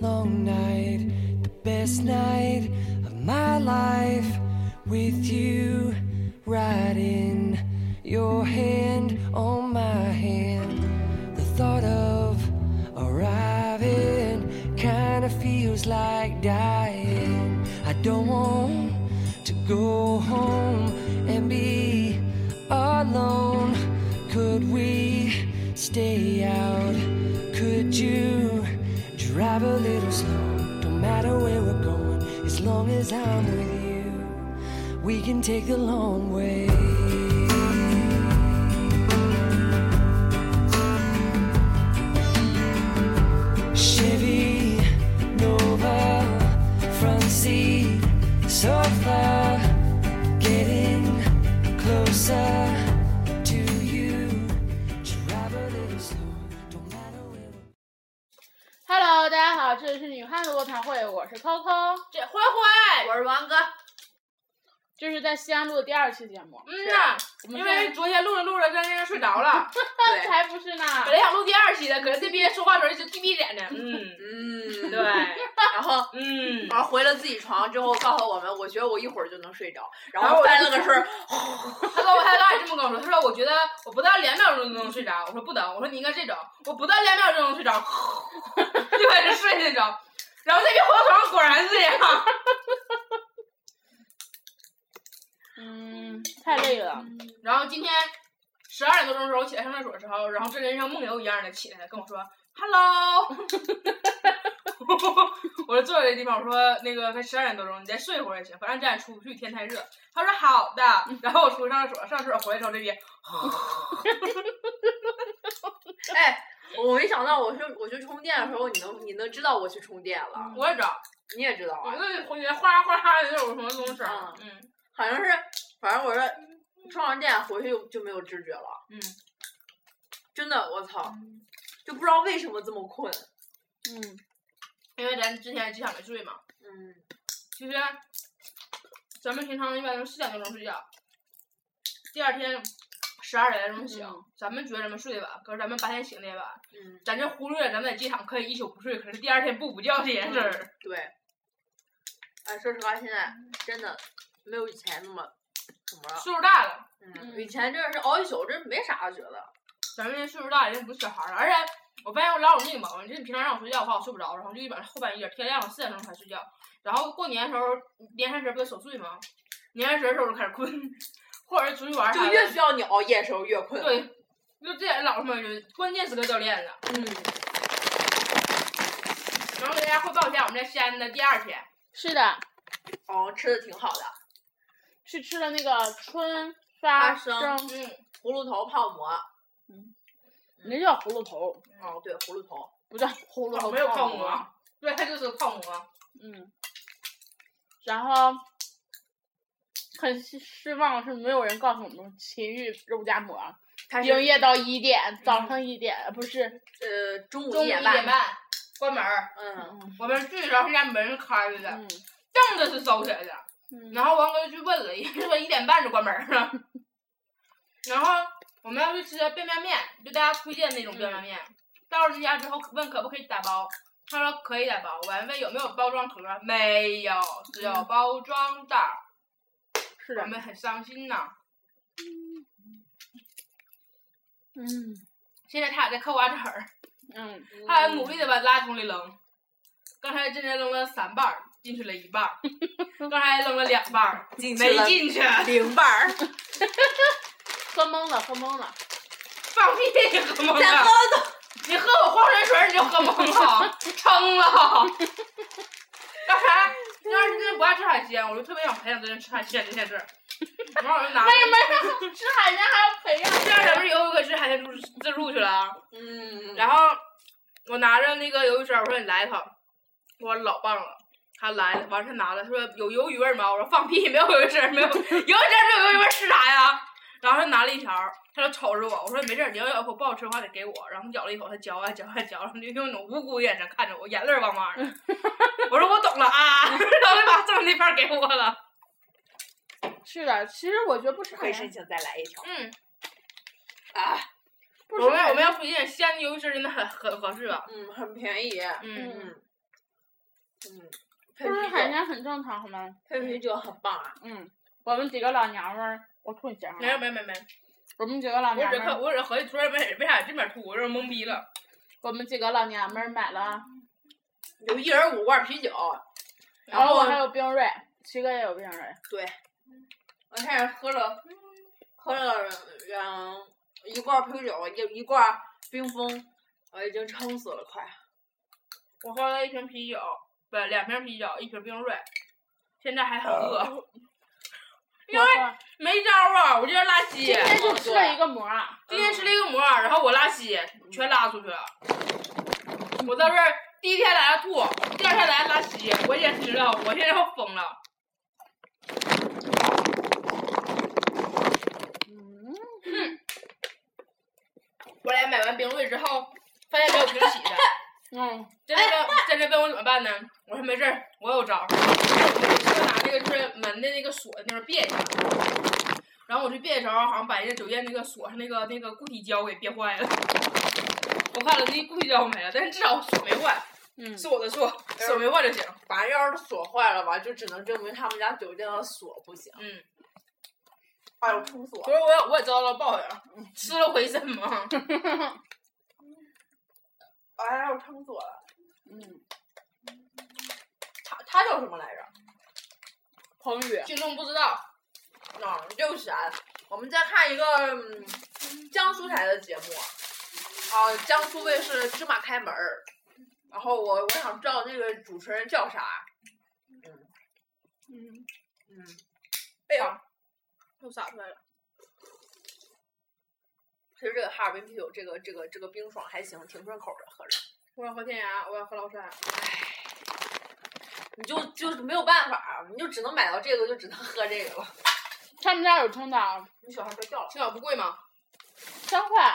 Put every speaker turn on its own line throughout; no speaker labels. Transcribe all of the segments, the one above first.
long night, the best night of my life with you right in your hand on my hand. The thought of arriving kinda feels like dying. I don't want to go home and be alone. Could we stay out? Could you drive a little slow? Don't matter where we're going, as long as I'm with you, we can take the long way. Chevy Nova, front seat, sofa, getting closer to you. Drive a little slow, don't matter where we're
Hello，大家好，这里是女汉子卧谈会，我是 Coco，
这灰灰，我是王哥。
这是在西安录的第二期节目。
啊
嗯呐，
我们
因
在
为昨天录着录着在那儿睡着 了，对，
才不是呢，
本来想录第二期的，可是这边说话时候就低逼脸的， 嗯嗯，对，然后嗯，然后回了自己床之后告诉我们，我觉得我一会儿就能睡着，然后翻了个身儿，
他跟我他刚才这么跟我说，他说我觉得我不到两秒钟就能睡着，我说不能，我说你应该这种，我不到两秒钟能睡着， 就开始睡那种，然后这边回到床上果然是这样，
嗯，太累了。
然后今天十二点多钟的时候我起来上厕所的时候，然后这人像梦游一样的起来了，跟我说 “hello”，我就坐在这地方，我说那个才十二点多钟，你再睡一会儿也行，反正咱也出不去，天太热。他说好的，然后我出去上厕所，上厕所回来之后这边
哎。 我没想到，我说我去充电的时候，你能你能知道我去充电了，
我也找。
你也知道
我
啊，
那同学哗哗哗的有种什么东西儿，嗯
好像是，反正我说充完电回去就就没有知觉了，
嗯，
真的，我操，就不知道为什么这么困，
嗯，
因为咱之前几场没睡嘛，
嗯，
其实咱们平常一般都四点多钟睡觉，第二天十二点钟醒，
嗯
咱们觉得咱们睡得晚，可是咱们白天醒的也晚，
嗯，
咱就忽略了咱们在机场可以一宿不睡，可是第二天不补觉这件事儿。
对，哎，说实话，现在
嗯
真的没有以前那么怎么了。
岁数大了，
嗯，以前真的是熬一宿，真没啥觉得。
咱们这岁数大已经不是小孩儿了，而且我发现我老有那个毛病，就是你平常让我睡觉的话，我睡不着，然后就一晚上后半夜天亮了四点钟才睡觉，然后过年的时候年三十不是守岁吗？年三十的时候我就开始困，或者是出去玩儿
就
啥的
越需要你熬夜的时候越困。，
对，就这点老他妈就关键时刻掉链子。
嗯，
然后给大家汇报一下我们在西安的第二天，
是的，
哦，吃的挺好的，
去吃了那个春发
花生
嗯，
葫芦头泡馍。
那叫葫芦头，
哦，对，葫芦头。
不叫葫
哦
芦头，
没有泡
馍。
啊
馍，对，它就是泡馍。
嗯，然后很失望的是，没有人告诉我们秦玉肉夹馍啊
它是
营业到一点，早上一点，呃不是，
呃中午
中午
一
一点
半。
半关门儿，
嗯，
嗯
我们去的时候人家门是开着的，
嗯
凳子是收起来的。
嗯，
然后王哥就去问了，人家说一点半就关门了。 然后我们要去吃便便面，就大家推荐那种便
嗯
便面。到了那家之后，问可不可以打包，他说可以打包。我还问有没有包装盒，没有，只有包装袋儿。
嗯是
嗯
我
的，
们很伤心呐。
嗯
现在他俩在嗑瓜子儿，
嗯，
他俩努力的把垃圾桶里扔。刚才真真扔了三瓣儿，进去了一半儿。刚才扔了两瓣儿，
进去
没
了
进去，
零瓣 儿，
喝懵了，喝懵了，
放屁，喝懵
咱
了
喝。了
你喝我矿泉水儿你就喝懵了，撑了。刚才要是真的不爱吃海鲜，我就特别想培养真人吃海鲜这件事儿。然后我就拿
为什么吃海鲜还要培
这样咱
养？
们游泳可以吃海鲜自助自助去了啊。
都。嗯
然
然后
后我拿着那个鱿鱼丝儿，我说你来一口，我老棒了。他来了，完事拿了，他说有鱿鱼味儿吗？我说放屁，没有鱿鱼丝儿，没有鱿鱼丝儿，没有鱿鱼味儿吃啥呀？然后他拿了一条儿，他就瞅着我，我说没事儿，你要咬一口不好吃的话得给我。然后他咬了一口，他嚼啊嚼啊嚼，然后就用那种无辜的眼神看着我，眼泪儿汪汪 的。我说我懂了啊，然后就把剩的那片儿给我 了。
是的，其实我觉得不吃
可
海
以
鲜
申请再来一条
嗯，
啊。
不
我
吃
们
海
我们
鲜，
要推荐西安的鱿鱼丝儿真的很很合适啊。
嗯，很便宜。
嗯，
嗯，嗯，配
不是
啤
海
酒，
鲜很正常好吗？
配啤酒很棒啊！
嗯，我们几个老娘们儿，我吐你身上
没有
了。
没有没有没有，
我们几个老
我
娘
只
们
看
儿，
我只合计突然为为啥这边吐，我有点懵逼了。
我们几个老娘们儿买了，
嗯
有一人五罐啤酒，
然
然
后
后
我还有冰锐，七哥也有冰锐。
我开始喝了，喝了两一罐啤酒，一一罐冰峰，我已经撑死了，快！
我喝了一瓶啤酒，不两瓶啤酒，一瓶冰锐，现在还很饿，因为
我
没招啊，我这人拉稀
今。天就吃了一个馍儿，啊
今天吃了一个馍，然后我拉稀，全拉出去了。我在这儿第一天来了吐，第二天来了拉稀，我简直了，我现在要疯了。
嗯，
我俩买完冰锐之后，发现没有平 洗的，
嗯，
在这问在这问我怎么办呢？我说没事儿，我有招儿。我就拿那个就是门的那个锁的那儿别一下，然后我去别的时候，好像把人家酒店那个锁上那个那个固体胶给别坏了。我看了，那固体胶没了，但是至少锁没坏，
嗯，
是我的错，锁没坏就行。
反正要是锁坏了吧，就只能证明他们家酒店的锁不行。
嗯。
哎呦，撑死
不
我！
是我也我也遭到报应，吃了回身嘛。
哎呦，撑死我了！
嗯，
他他叫什么来着？
彭宇，
听众不知道，
啊，又是俺。我们在看一个、嗯、江苏台的节目，啊，江苏卫视《芝麻开门》儿，然后我我想知道那个主持人叫啥，啊
嗯，
嗯，
哎呀，又洒出来了。
其实这个哈尔滨啤酒，这个这个这个冰爽还行，挺顺口的，喝着。
我要喝天涯，我要喝崂山。
你就就是没有办法，啊你就只能买到这个，就只能喝这个了。
他们家有青岛，
你小孩别叫了，
青岛不贵吗？
三块，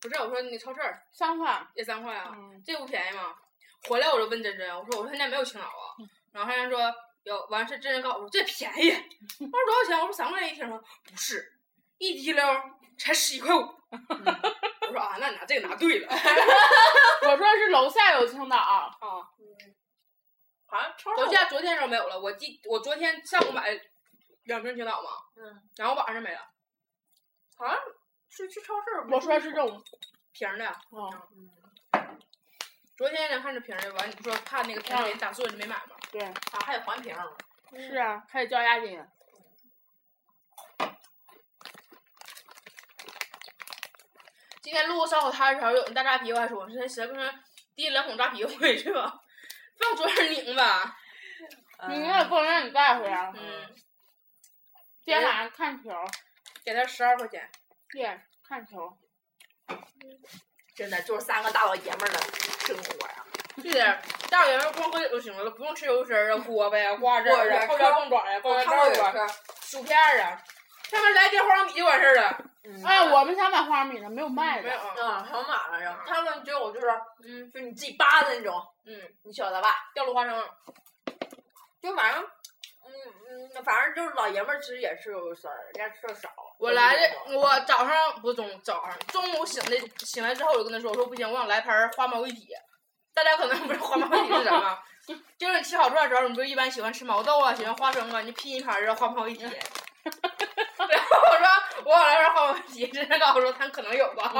不是，我说你超市儿
三块，
也三块啊，
嗯，
这不便宜吗？回来我就问珍珍，我说我说他家没有青岛啊，
嗯
然后他家说有，完事珍珍告诉我说这便 宜，我说多少钱？我说三块钱一听，说不是，一滴溜儿才十一块五。
嗯
我说啊，那你拿这个拿对 了。
哎
我说是楼下有青岛，
好像超
楼
市
下昨天时候没有了，我今我昨天上午买两瓶青岛嘛，
嗯，
然后晚上没了，
好像是去超市。
我说是这种，
瓶儿的。
嗯，
昨天咱看着瓶儿的，完你不说怕那个瓶儿
嗯
给打碎了就没买吗？
对，
啊，还得还瓶儿呢。
嗯
是啊，还得交押金，
今天路过烧烤摊儿的时候，有人大炸皮，我还说，我说谁不能提两桶炸皮回去吧？放桌上拧吧。
你
嗯
也不能让你带回来。
嗯，
今天晚上看球，
给他十二块钱。
对，看球，
真的就是三个大老爷们儿的生活呀、
对的，大老爷们儿光喝酒就行了，不用吃油丝儿啊、锅巴呀、瓜子
我
儿
这
啊、泡椒凤爪呀、爆
我
米
看
豆
过有
啊、
事儿，
薯片儿啊，上面来碟花生米就完事儿了。
嗯
哎，我们想买花生米呢，没有卖
没
的，
有
嗯，
啊。
很晚了，然后他们只有就是
嗯，
就是你自己扒的那种，
嗯，
你晓得吧？
掉落花生。
就反正，嗯嗯，反正就是老爷们儿其实也吃有事儿，人家吃的少。
我来的，我早上不是中早上，中午醒的醒来之后，我就跟他说，我说不行，我想来盘儿花毛一体。大家可能 不知道花毛一体是什么，就是你吃烤串的时候，你不是一般喜欢吃毛豆啊，喜欢花生啊，你拼一盘儿啊花毛一体。 然后我说我想来盘花毛一体，真的告诉我说他可能有吧。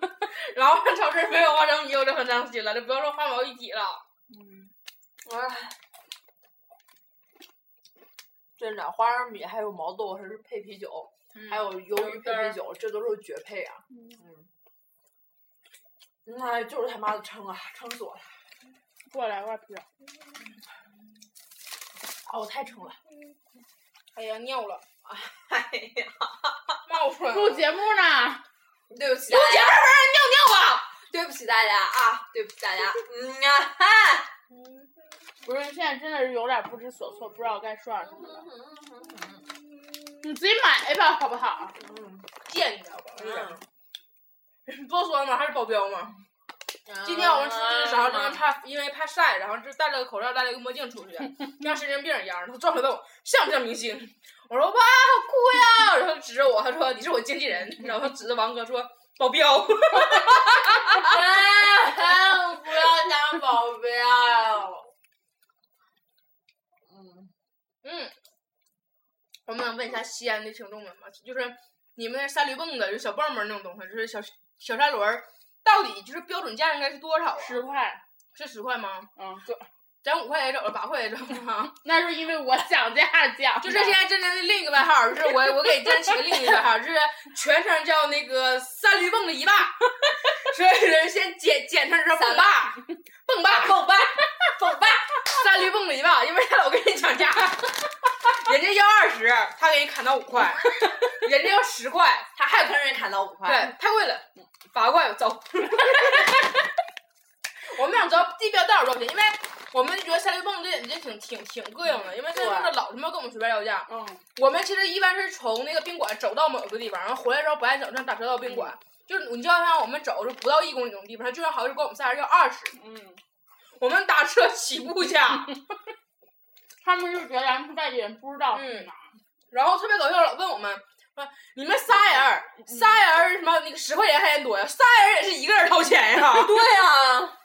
然后超市没有花生米，我就很伤心了，就不要说花毛一体了。
嗯，
哎，真的，花生米还有毛豆还是配啤酒，还嗯有鱿鱼配啤酒，这都是绝配啊！
嗯
嗯，那就是他妈的撑啊，撑死我了！
给我来块啤酒，
啊，我太撑了。
哎呀尿了，
哎呀，
冒出来了。
录节目呢，
对不起
录
大
节
家，
目还让尿尿啊！
对不起大家啊，对不起大家。嗯啊哈。
不是，现在真的是有点不知所措，不知道该说点什么了，
嗯
你自己买吧，好不好？
嗯
贱你知道吧？
嗯
不说嘛，还是保镖嘛。
嗯
今天我们出去的时候，就是怕因为怕晒，然后就戴了个口罩，戴了个墨镜出去，像神经病一样。他撞了我，像不像明星？我说哇，好酷呀！然后指着我，他说你是我经纪人，然后指着王哥说保镖。
哎，我不要当保镖。
嗯，我们想问一下西安的听众们嘛，就是你们那三驴蹦子，就是小蹦蹦那种东西，就是小小三轮儿，到底就是标准价应该是多少啊？
十块，
是十块吗？
嗯，对，
咱五块也整了，八块也整了，
那是因为我讲价讲的，
就是现在真真的另一个外号，就是我我给真起个另一个外号，就是全称叫那个三驴蹦子一霸，所以人先简简称是蹦霸，蹦霸蹦霸蹦霸，三驴蹦子一霸，因为他老跟你讲价，人家要二十，他给你砍到五块，人家要十块，
他还跟人砍到五块，
对，太贵了，八块走。 我们想知道地标到底多少钱，因为我们觉得三驴蹦这也挺挺挺膈应的，因为三驴蹦这老他妈跟我们随便要价。
嗯，
我们其实一般是从那个宾馆走到某个地方，然后回来之后不按整正打车到宾
嗯
馆。就是你知道，像我们走是不到一公里那种地方，他居然好像是管我们仨人要二十，
嗯，
我们打车起步 啊价。
他们就觉得咱们是外地人，不知道是
嗯
哪儿。
然后特别搞笑，老问我们说你们仨人儿，
嗯
仨人儿什么那个十块钱还嫌多呀？仨人儿也是一个人掏钱 呀？
对呀、啊，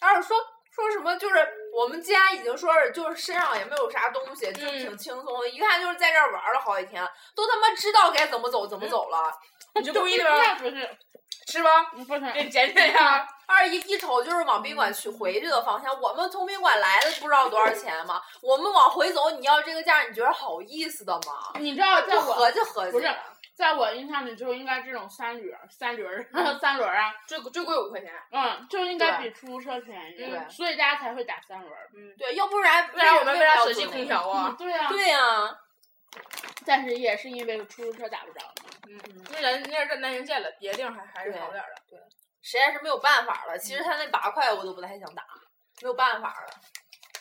而且说说什么就是我们既然已经说是就是身上也没有啥东西，就
嗯
挺轻松的，一看就是在这儿玩了好几天，都他妈知道该怎么走怎么
嗯
走了。
你就故意的
那
吗？
不是，嗯
是吧？
不是，
给你捡捡呀！
二一一瞅就是往宾馆去
嗯
回去的方向，我们从宾馆来的不知道多少钱吗？我们往回走，你要这个价，你觉得好意思的吗？
你知道，在
不
我
合计合计，
不是在我印象里就应该这种三轮儿、三轮儿、 三轮儿啊，
最最贵五块钱，
嗯，就应该比出租车便宜，
对
嗯所以大家才会打三轮儿。
对，要不然
为啥我们为啥
要
舍弃空？调啊？
对啊，
嗯对呀、
但是也是因为出租车打不着嘛。
嗯
因为咱那是在南京见了，别的地方还还是好点儿的。
实在是没有办法了。
嗯
其实他那八块我都不太想打，没有办法了。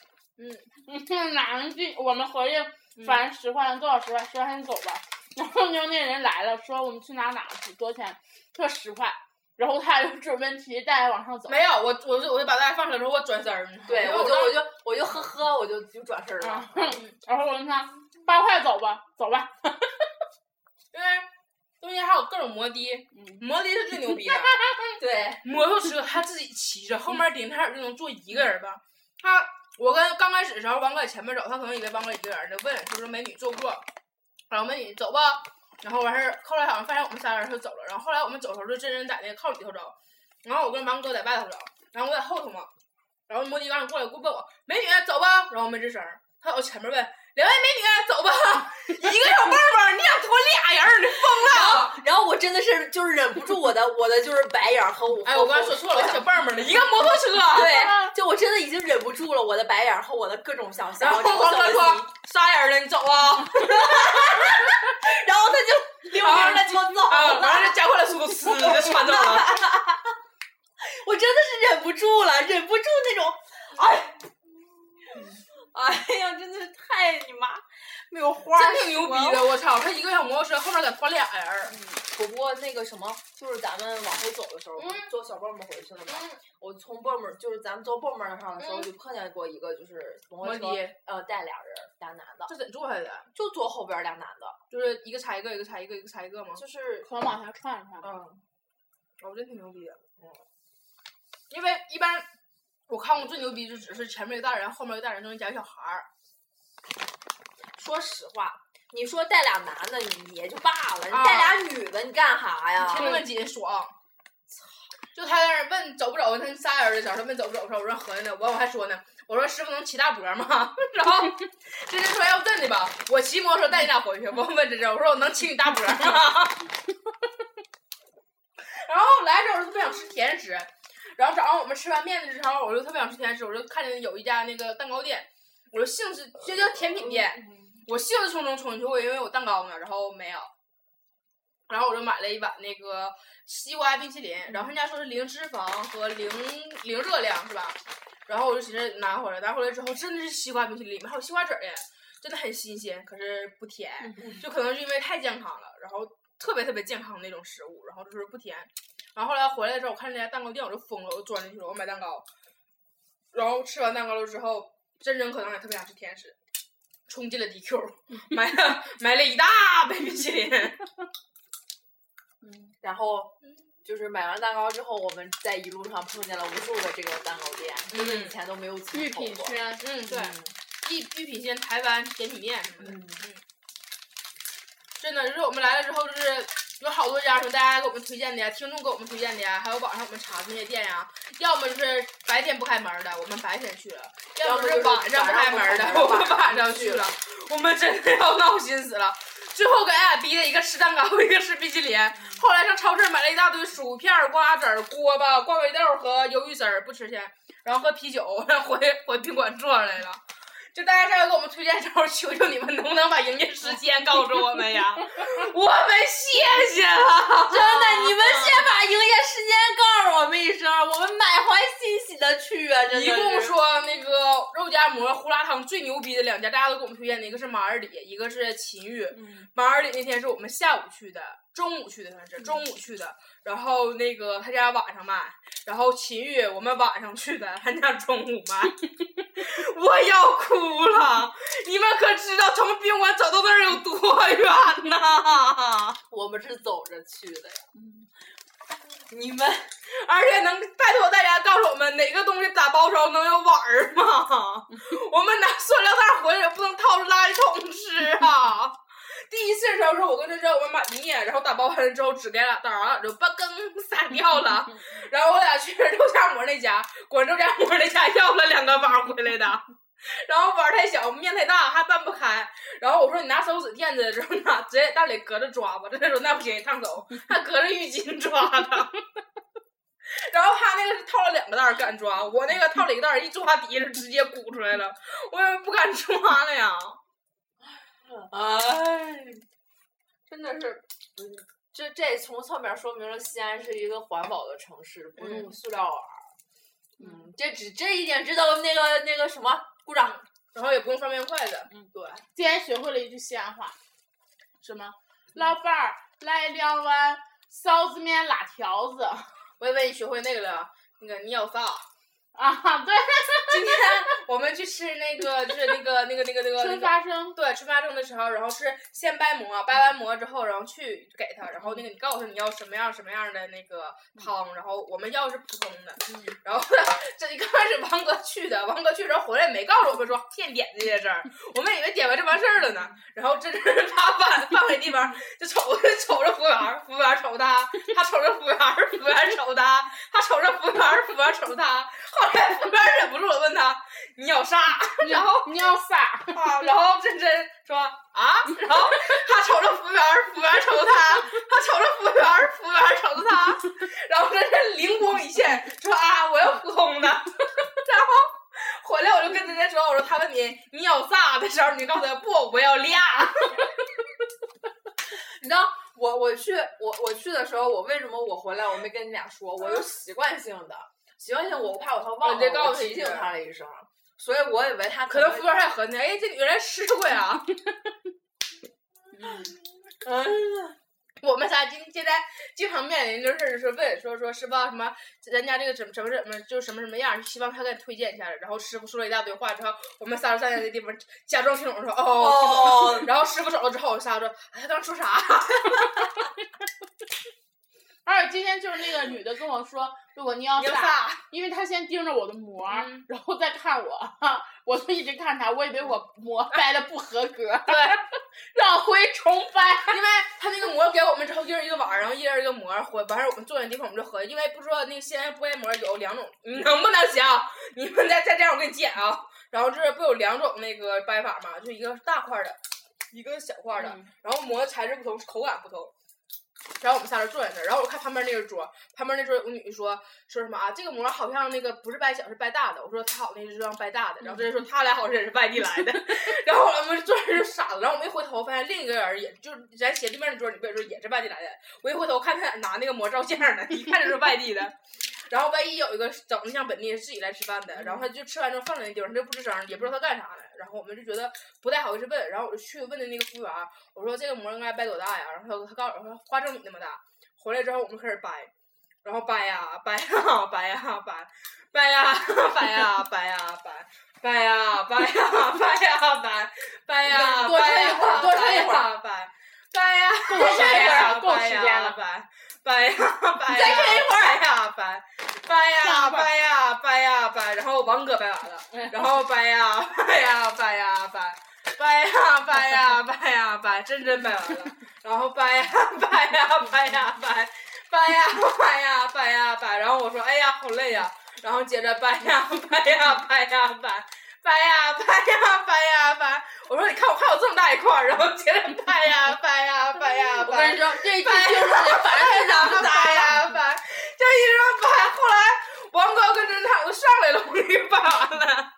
嗯，哪能进？我们回去，反正十块钱，多少十块，十块钱走吧。 然后就那人来了，说我们去哪哪多少钱？说十块。然后他就准备提着大家往上走。
没有，我我就我就把大家放出来之后，我转身儿。
对，
因为
我
我
就我就我就呵呵，我就就转身儿了
啊。然后我问他八块走吧，走吧。
因为中间还有各种摩的，
嗯，
摩的是最牛逼的，
对，
摩托车他自己骑着，后面顶着他有那种坐一个人吧。他我跟刚开始的时候，王哥在前面走，他可能以为王哥一个人儿就问是不是美女坐不坐，然后美女走吧，然后完事儿，后来好像发现我们仨人就走了，然后后来我们走的时候就真人在那个靠里头走，然后我跟王哥在外头走，然后我在后头嘛，然后摩的刚过来过问我美女走吧，然后我没吱声儿，他往前面问两位美女啊走吧， 一个小棒棒，你想拖俩人儿，你
然
疯了！
后然后我真的是就是忍不住我的我的就是白眼儿和我
哎，我刚才说错 了，我小棒棒的一个摩托车，
对，就我真的已经忍不住了，我的白眼儿和我的各种想象。
然后
我真的
王哥
小
说
心
仨人了，你走啊！
然后他就溜溜的就走
啊，
了，
完了加快了速度，呲就窜走了。
我真的是忍不住了，忍不住那种，哎，哎呀，真的是太你妈没有花
真
儿
挺牛
说
逼的，我操！他一个小摩托车后面给拖俩人，
不过那个什么，就是咱们往回走的时候，
嗯
坐小蹦蹦回去了嘛。我从蹦蹦，就是咱们坐蹦蹦上的时候，就碰见过一个，就是摩托车
嗯摩的，
呃，带俩人，俩男的，
这怎坐下的？
就坐后边儿俩男的，
就是一个插一个，一个插一个，一个插一个吗？
就是，
可能往下串串。
嗯，
我真挺牛逼的。嗯因为一般我看过最牛逼就只是前面一个大人，后面一个大人，中间夹个小孩儿。
说实话，你说带俩男的你也就罢了，你
啊
带俩女的你干啥呀？
听那么紧爽。啊就他在那儿问走不走，他仨人的时候，他问走不走的时候，我说合计呢，我我还说呢，我说师傅能骑大脖吗？ 然后真真说要不真的吧，我骑摩托车带你俩回去。我问真真，我说我能骑你大脖吗？ 然后来之后我就特别想吃甜食，然后早上我们吃完面的时候，我就特别想吃甜食，我就看见有一家那个蛋糕店，我就兴致这叫甜品店，
嗯
我兴致冲冲冲进去，我以为有蛋糕呢，然后没有，然后我就买了一碗那个西瓜冰淇淋，然后人家说是零脂肪和零零热量是吧？然后我就寻思拿回来，拿回来之后真的是西瓜冰淇淋，里面还有西瓜籽儿耶，真的很新鲜，可是不甜，就可能是因为太健康了，然后特别特别健康的那种食物，然后就是不甜。然后后来回来之后，我看那家蛋糕店我就疯了，我就钻进去了，我买蛋糕，然后吃完蛋糕了之后，真真可能也特别想吃甜食，冲进了 DQ，买了买了一大杯冰淇淋。
嗯
然后
嗯
就是买完蛋糕之后，我们在一路上碰见了无数个这个蛋糕店，就是以
嗯
前都没有
玉
进口
品
过。
轩，
嗯，对，
嗯
地地皮县台湾甜品店什么的。
嗯，
真的，就是我们来了之后，就是有好多家说大家给我们推荐的呀，听众给我们推荐的呀，还有网上我们查的那些店呀，要么就是白天不开门的，我们白天去了；
要
么
么就是是
晚上不开门
晚上
的，
不开门
我们晚上去了。我们真的要闹心死了。最后给俺俩逼的一个吃蛋糕，一个吃冰淇淋。后来上超市买了一大堆薯片、瓜子儿、锅巴、瓜尾豆儿和鱿鱼丝儿，不吃去，然后喝啤酒，然后回回宾馆坐上来了。就大家上来给我们推荐之后，求求你们能不能把营业时间告诉我们呀？ 我们谢谢了，
真的，你们先
哎
把营业时间告诉我们一声，我们满怀欣喜的去啊！真的
一共
是
说那个肉夹馍、胡辣汤最牛逼的两家，大家都给我们推荐的，一个是马尔里，一个是秦玉。马尔里那天是我们下午去的，中午去的算是中午去的，然后那个他家晚上卖，然后秦玉我们晚上去的，他家中午卖， 我要哭了！你们可知道从宾馆走到那儿有多远呐？
我们是走着去的呀。你们
而且能拜托大家告诉我们哪个东西打包时候能有碗儿吗？ 我们拿塑料袋回来也不能掏垃圾桶吃啊！第一次的时候是我跟他说我们买的面，然后打包完了之后只给俩袋儿，俺俩就吧更撒掉了。然后我俩去肉夹馍那家，管肉夹馍那家要了两个碗回来的。然后碗儿太小，面太大，还拌不开。然后我说你拿手指垫子的时候，拿直接大里隔着抓吧。他说那不行，烫手，还隔着浴巾抓的。然后他那个是套了两个袋儿敢抓，我那个套了一个袋儿，一抓底下就直接鼓出来了，我也不敢抓了呀。
哎，
真的是
这这从侧面说明了西安是一个环保的城市，不用
嗯
塑料碗儿。嗯，这只这一点值得我们那个那个什么鼓掌。
然后也不用方便筷子，
今天学会了一句西安话，什么？老伴儿来两碗臊子面辣条子
我以为你学会那个了，那个你有啥？
啊！对，
今天我们去吃那个，就是那个那个那个那个那
春
个
发生
对，吃发证的时候，然后是先掰馍，掰完馍之后，然后去给他，然后那个你告诉他你要什么样什么样的那个汤，然后我们要的是普通的，然后呢，这一刚开始王哥去的，王哥去的时候回来没告诉我们说现点这些事儿，我们以为点完就完事儿了呢，然后这是他饭饭给地方就瞅瞅着服务员儿，服务员儿瞅他，他瞅着服务员儿，服务员儿瞅他，他瞅着服务员儿，服务员儿瞅他，后来服务员儿忍不住了问他你要啥，然后。
尿撒，
啊， 然后真真说啊，然后他瞅着服务员儿，服务员儿瞅着他，他瞅着服务员儿，服务员儿瞅着他，然后真真灵光一现，说啊，我要普通的， 然后。回来我就跟真真说，我说他问你你要啥的时候，你就告诉他不，我要俩。
你知道我我去我我去的时候，我为什么我回来我没跟你俩说？我 有习惯性的习惯性，我怕我他忘
你得
了，
嗯告
我
诉他一
提醒
声
他了一声。所以我以为他
可能服务员还合计，哎，这女人吃过呀。 嗯， 我们仨今现在经常面临就是说问说说师傅什么咱家这个怎么怎么怎么就什么什么样，希望他给你推荐一下。然后师傅说了一大堆话之后，我们仨就站在那地方假装听懂说哦。
哦，
然后师傅走了之后，我仨说哎，他刚说啥？
而且今天就是那个女的跟我说，如果你要
你要
撒，
啥？
因为她先盯着我的膜儿，
嗯
然后再看我，我就一直看她，我以为我膜掰的不合格，
嗯对，
让回重掰。
因为他那个膜给我们之后，一人一个碗儿，然后一人一个膜儿，回完事儿我们坐那地方我们就合计，因为不知道那个现在不爱膜有两种，你能不能行？你们再再这样，我给你剪啊。然后就是不有两种那个掰法嘛，就一个大块儿的，一个小块儿的，然后膜材质不同，口感不同。然后我们仨人坐在那儿，然后我看旁边那个桌，旁边那桌有个女的说说什么啊，这个膜好像那个不是掰小是掰大的，我说她好像那是让掰大的，然后这人说他俩好像也是外地来的，然后我们坐那儿就傻了，然后我们一回头发现另一个人也就是咱斜对面那桌，你不也说也是外地来的，我一回头看他俩拿那个膜照相呢，一看就是外地的。然后万一有一个长得像本地人自己来吃饭的，然后他就吃完之后放在那地方，他就不吱声，也不知道他干啥呢。然后我们就觉得不太好意思问，然后我就去问的那个服务员，我说这个膜应该掰多大呀？然后他告诉我说花生米那么大。回来之后我们就开始掰，然后掰呀掰呀掰呀掰，掰呀掰呀掰呀掰，掰呀掰呀掰呀掰，掰呀
多
掰
撑一
呀
会儿多撑一会儿
掰呀掰，掰呀
够时间了
掰呀
够时
掰呀
间了
掰，掰呀掰呀，掰呀掰，掰呀掰呀掰呀掰，然后王哥掰完了，然后掰呀掰呀掰呀掰，掰呀掰呀掰呀掰，真真掰完了，然后掰呀掰呀掰呀掰， 掰呀掰呀掰呀掰，然后我说哎呀好累呀，然后接着掰呀掰呀掰呀掰。掰呀掰呀掰呀掰！我说你看我看我这么大一块儿，然后接着掰呀掰呀掰呀
我跟
掰
你，说，这一期
掰
就是得反正
咱
咱
们
们
掰
仨呀。
呀掰，就一直掰。后来王哥跟着他，我上来了，我给你掰完了。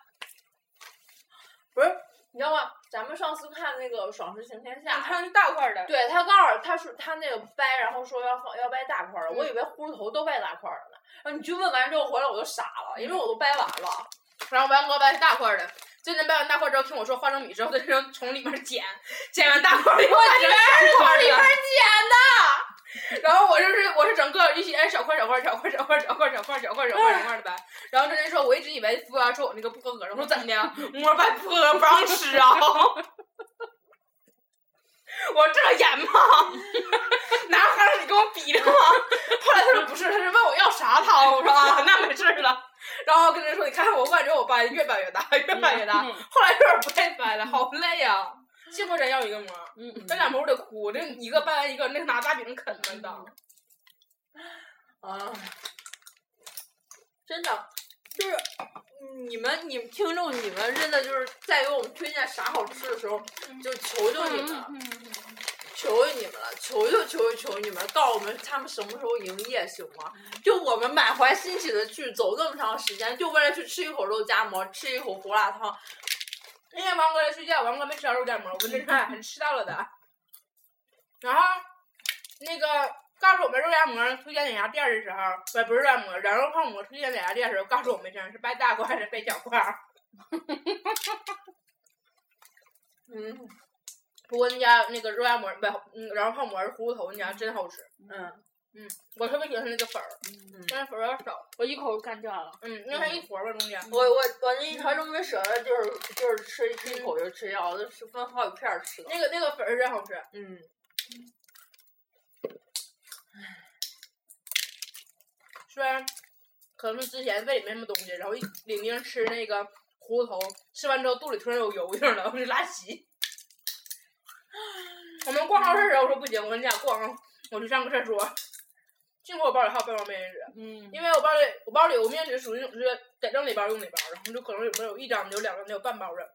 不是，你知道吗？咱们上次看那个《爽嗯是行天下》，
看大块儿的，
对他告诉我他说他那个掰，然后说要放要掰大块儿了，我以为葫芦头都掰大块儿了呢。然后你去问完之后回来我都傻了，因为我都掰完了。
然后王哥掰大块儿的。真的掰完大块儿之后，听我说花生米之后，他就从里面捡，捡完大块儿以后，里面是从里面捡的。然后我就是我是整个一起按小块儿小块儿小块儿小块儿小块儿小块儿小块儿小块儿小块的掰。然后真真说，我一直以为服务员说我那个不合格，我说怎的呀？膜拜不合格不让吃啊？ 我说这严吗？拿花生米跟我比的吗？后来他说不是，他是问我要啥汤，我说啊，那没事儿了。然后跟他说，你看我感觉我掰越掰越大，越掰越大。
嗯嗯
后来有点不太掰了，好累呀、幸亏咱要一个膜，
嗯
这俩膜我得哭，这一个掰完一个，那拿大饼啃了当。
啊，
真的，
就是你们你们听众你们真的就是在给我们推荐啥好吃的时候，就求求
嗯
你
嗯
们了，求求你们了，求求求求求你们，告诉我们他们什么时候营业行吗？就我们满怀欣喜的去走那么长时间，就为了去吃一口肉夹馍，吃一口胡辣汤，
那天哎王哥来睡觉，王哥没吃着肉夹馍，我真看还是吃到了的。然后那个告诉我们肉夹馍推荐哪家店儿的时候，哎不不是肉夹馍，羊肉泡馍推荐哪家店儿的时候，告诉我们一声是掰大块还是掰小块儿。
嗯
不过那家那个肉夹馍不，嗯，羊肉泡馍是葫芦头那家真好吃，
嗯
我特别喜欢它那个粉儿，
嗯。
但是粉儿有点少，
我一口干掉了。
嗯，因为它一坨儿吧中间。
我我我那一条都没舍得，就是就是吃吃一口就吃掉，我都是分好几片儿吃的。
那个那个粉儿真好吃，
嗯，
虽然可能是之前胃里没什么东西，然后一领丁吃那个葫芦头，吃完之后肚里突然有油印了，我就拉稀。我们逛超市的时候，我说不行，我跟你俩逛，我去上个厕所。幸亏我包里还有半包面纸，
嗯，
因为我包里我包里我面纸属于那种就是得扔哪包用哪包，然后就可能有没有一张有两张有半包的，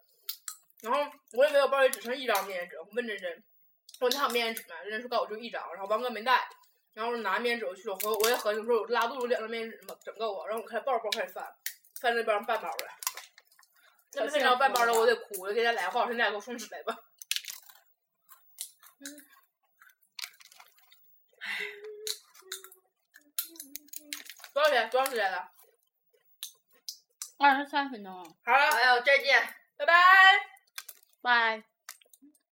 然后我以为我包里只剩一张面纸，我问真真，我那有面纸吗？真真说告诉我就一张，然后王哥没带，然后我就拿面纸我去了，我我也合计我说我拉肚子有两张面纸嘛，整够啊，然后我开始抱着包开始翻，翻那包半包了。那没翻着半包了，我得哭，我得给他来话，我说你俩给我送纸来吧。多少钱？多啊长时间了？
二十三分钟了，
好了，
哎呦，再见。
拜拜。
拜。